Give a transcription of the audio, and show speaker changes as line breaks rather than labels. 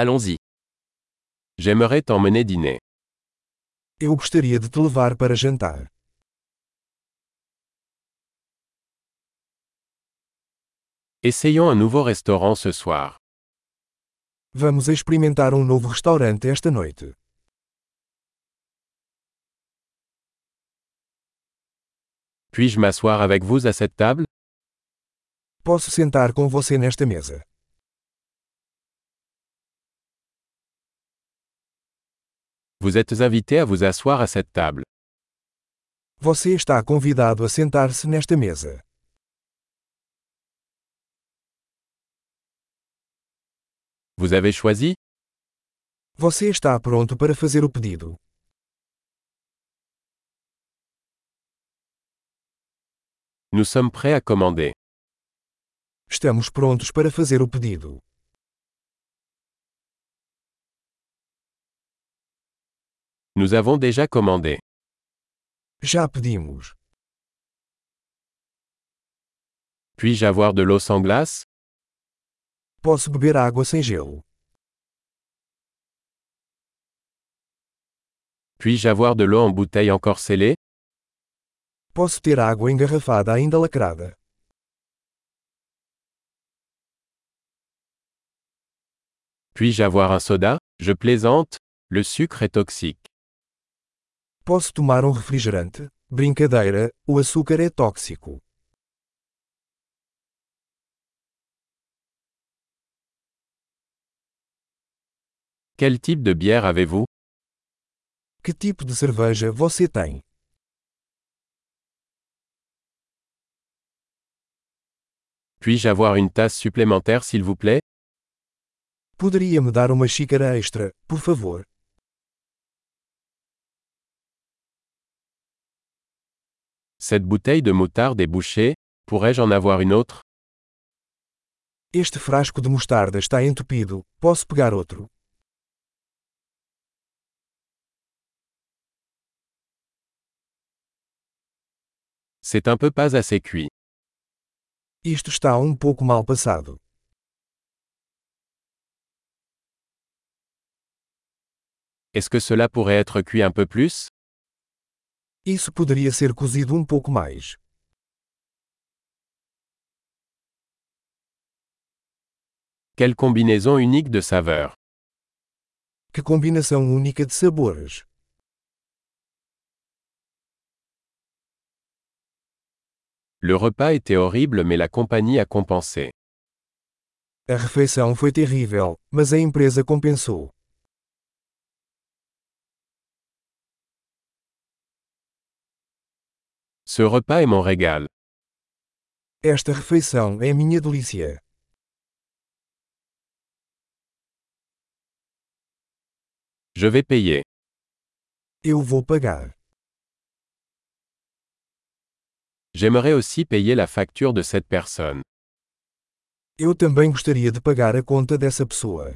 Allons-y. J'aimerais t'emmener dîner.
Eu gostaria de te levar para jantar.
Essayons un nouveau restaurant ce soir.
Vamos experimentar um novo restaurante esta noite.
Puis-je m'asseoir avec vous à cette table
Posso sentar com você nesta mesa.
Vous êtes invité à vous asseoir à cette table.
Você está convidado a sentar-se nesta mesa.
Vous avez choisi
Você está pronto para fazer o pedido.
Nous sommes prêts à commander.
Estamos prontos para fazer o pedido.
Nous avons déjà commandé.
Já pedimos.
Puis-je avoir de l'eau sans glace
Posso beber água sem gelo?
Puis-je avoir de l'eau en bouteille encore scellée
Posso ter água engarrafada ainda lacrada?
Puis-je avoir un soda Je plaisante, le sucre est toxique.
Posso tomar um refrigerante? Brincadeira, o açúcar é tóxico.
Quel type de bière avez-vous
Que tipo de cerveja você tem?
Puis-je avoir une tasse supplémentaire s'il vous plaît
Poderia me dar uma xícara extra, por favor?
Cette bouteille de moutarde est bouchée, pourrais-je en avoir une autre
Este frasco de mostarda está entupido, posso pegar outro?
C'est un peu pas assez cuit.
Isto está um pouco mal passado.
Est-ce que cela pourrait être cuit un peu plus
Isso poderia ser cozido um pouco mais.
Quelle combinaison unique de saveurs
Que combinação única de sabores!
Le repas était horrible mais la compagnie a compensé.
A refeição foi terrível, mas a empresa compensou.
Ce repas est mon régal.
Esta refeição é minha delícia.
Je vais payer.
Eu vou pagar.
J'aimerais aussi payer la facture de cette personne.
Eu também gostaria de pagar a conta dessa pessoa.